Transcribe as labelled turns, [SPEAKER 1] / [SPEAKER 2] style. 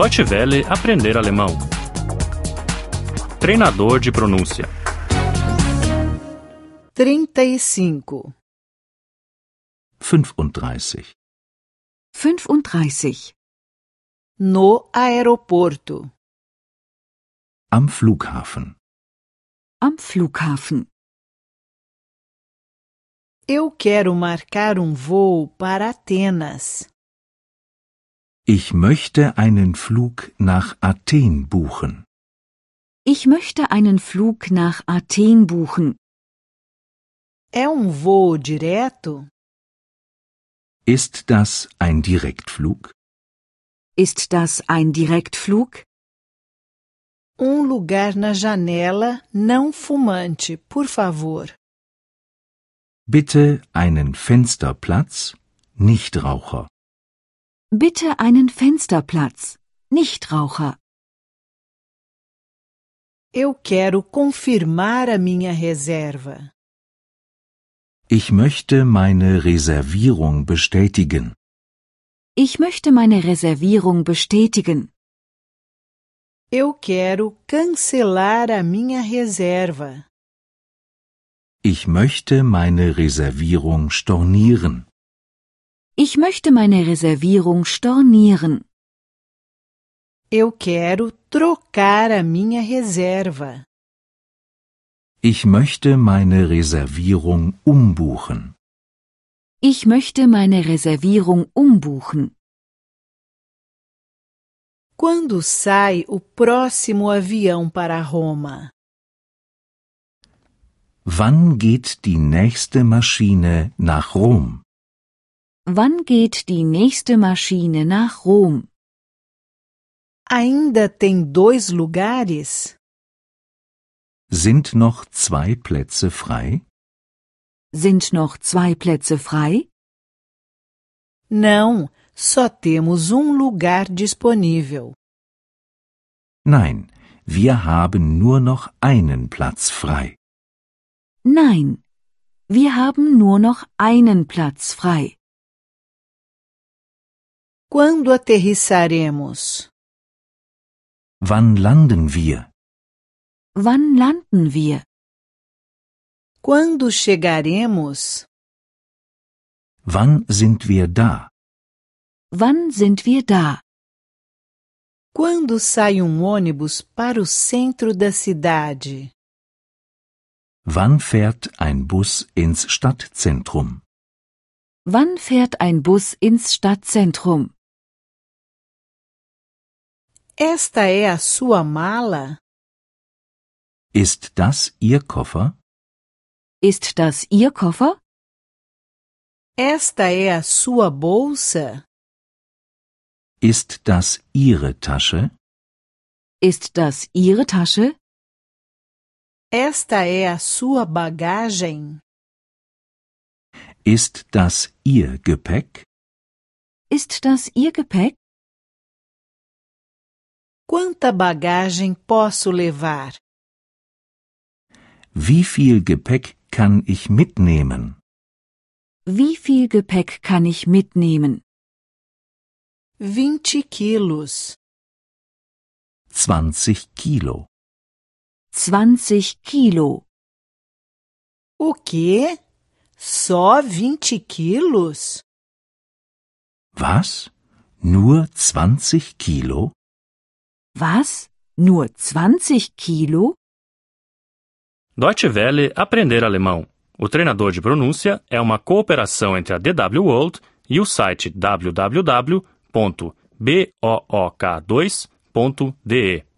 [SPEAKER 1] Deutsche Welle aprender alemão. Treinador de pronúncia.
[SPEAKER 2] 35.
[SPEAKER 3] 35.
[SPEAKER 4] 35.
[SPEAKER 2] No aeroporto.
[SPEAKER 3] Am Flughafen.
[SPEAKER 4] Am Flughafen.
[SPEAKER 2] Eu quero marcar um voo para Atenas.
[SPEAKER 3] Ich möchte einen Flug nach Athen buchen.
[SPEAKER 4] Ich möchte einen Flug nach Athen buchen.
[SPEAKER 2] É um voo direto?
[SPEAKER 3] Ist das ein Direktflug?
[SPEAKER 4] Ist das ein Direktflug?
[SPEAKER 2] Um lugar na janela não fumante, por favor.
[SPEAKER 3] Bitte einen Fensterplatz, Nichtraucher.
[SPEAKER 4] Bitte einen Fensterplatz. Nichtraucher.
[SPEAKER 2] Eu quero confirmar a minha reserva.
[SPEAKER 3] Ich möchte meine Reservierung bestätigen.
[SPEAKER 4] Ich möchte meine Reservierung bestätigen.
[SPEAKER 2] Eu quero cancelar a minha reserva.
[SPEAKER 3] Ich möchte meine Reservierung stornieren.
[SPEAKER 4] Ich möchte meine Reservierung stornieren.
[SPEAKER 2] Eu quero trocar a minha reserva.
[SPEAKER 3] Ich möchte meine Reservierung umbuchen.
[SPEAKER 4] Ich möchte meine Reservierung umbuchen.
[SPEAKER 2] Quando sai o próximo avião para Roma?
[SPEAKER 3] Wann geht die nächste Maschine nach Rom?
[SPEAKER 4] Wann geht die nächste Maschine nach Rom?
[SPEAKER 2] Ainda tem dois lugares?
[SPEAKER 3] Sind noch zwei Plätze frei?
[SPEAKER 4] Sind noch zwei Plätze frei?
[SPEAKER 2] Não, só temos um lugar disponível.
[SPEAKER 3] Nein, wir haben nur noch einen Platz frei.
[SPEAKER 4] Nein. Wir haben nur noch einen Platz frei.
[SPEAKER 2] Quando aterrissaremos?
[SPEAKER 3] Wann landen wir?
[SPEAKER 4] Wann landen wir?
[SPEAKER 2] Quando chegaremos?
[SPEAKER 3] Wann sind wir da?
[SPEAKER 4] Wann sind wir da?
[SPEAKER 2] Quando sai um ônibus para o centro da cidade?
[SPEAKER 3] Wann fährt ein Bus ins Stadtzentrum?
[SPEAKER 4] Wann fährt ein Bus ins Stadtzentrum?
[SPEAKER 2] Esta é a sua mala?
[SPEAKER 3] Ist das Ihr Koffer?
[SPEAKER 4] Ist das Ihr Koffer?
[SPEAKER 2] Esta é a sua bolsa?
[SPEAKER 3] Ist das Ihre Tasche?
[SPEAKER 4] Ist das Ihre Tasche?
[SPEAKER 2] Esta é a sua bagagem?
[SPEAKER 3] Ist das Ihr Gepäck?
[SPEAKER 4] Ist das Ihr Gepäck?
[SPEAKER 2] Quanta bagagem posso levar?
[SPEAKER 3] Wie viel Gepäck kann ich mitnehmen?
[SPEAKER 4] Wie viel Gepäck kann ich mitnehmen?
[SPEAKER 2] 20 quilos.
[SPEAKER 3] 20 Kilo.
[SPEAKER 4] 20 Kilo.
[SPEAKER 2] O quê? Só 20 quilos?
[SPEAKER 3] Was? Nur 20 Kilo?
[SPEAKER 4] Was? Nur 20 Kilo?
[SPEAKER 1] Deutsche Welle aprender alemão. O treinador de pronúncia é uma cooperação entre a DW World e o site www.book2.de.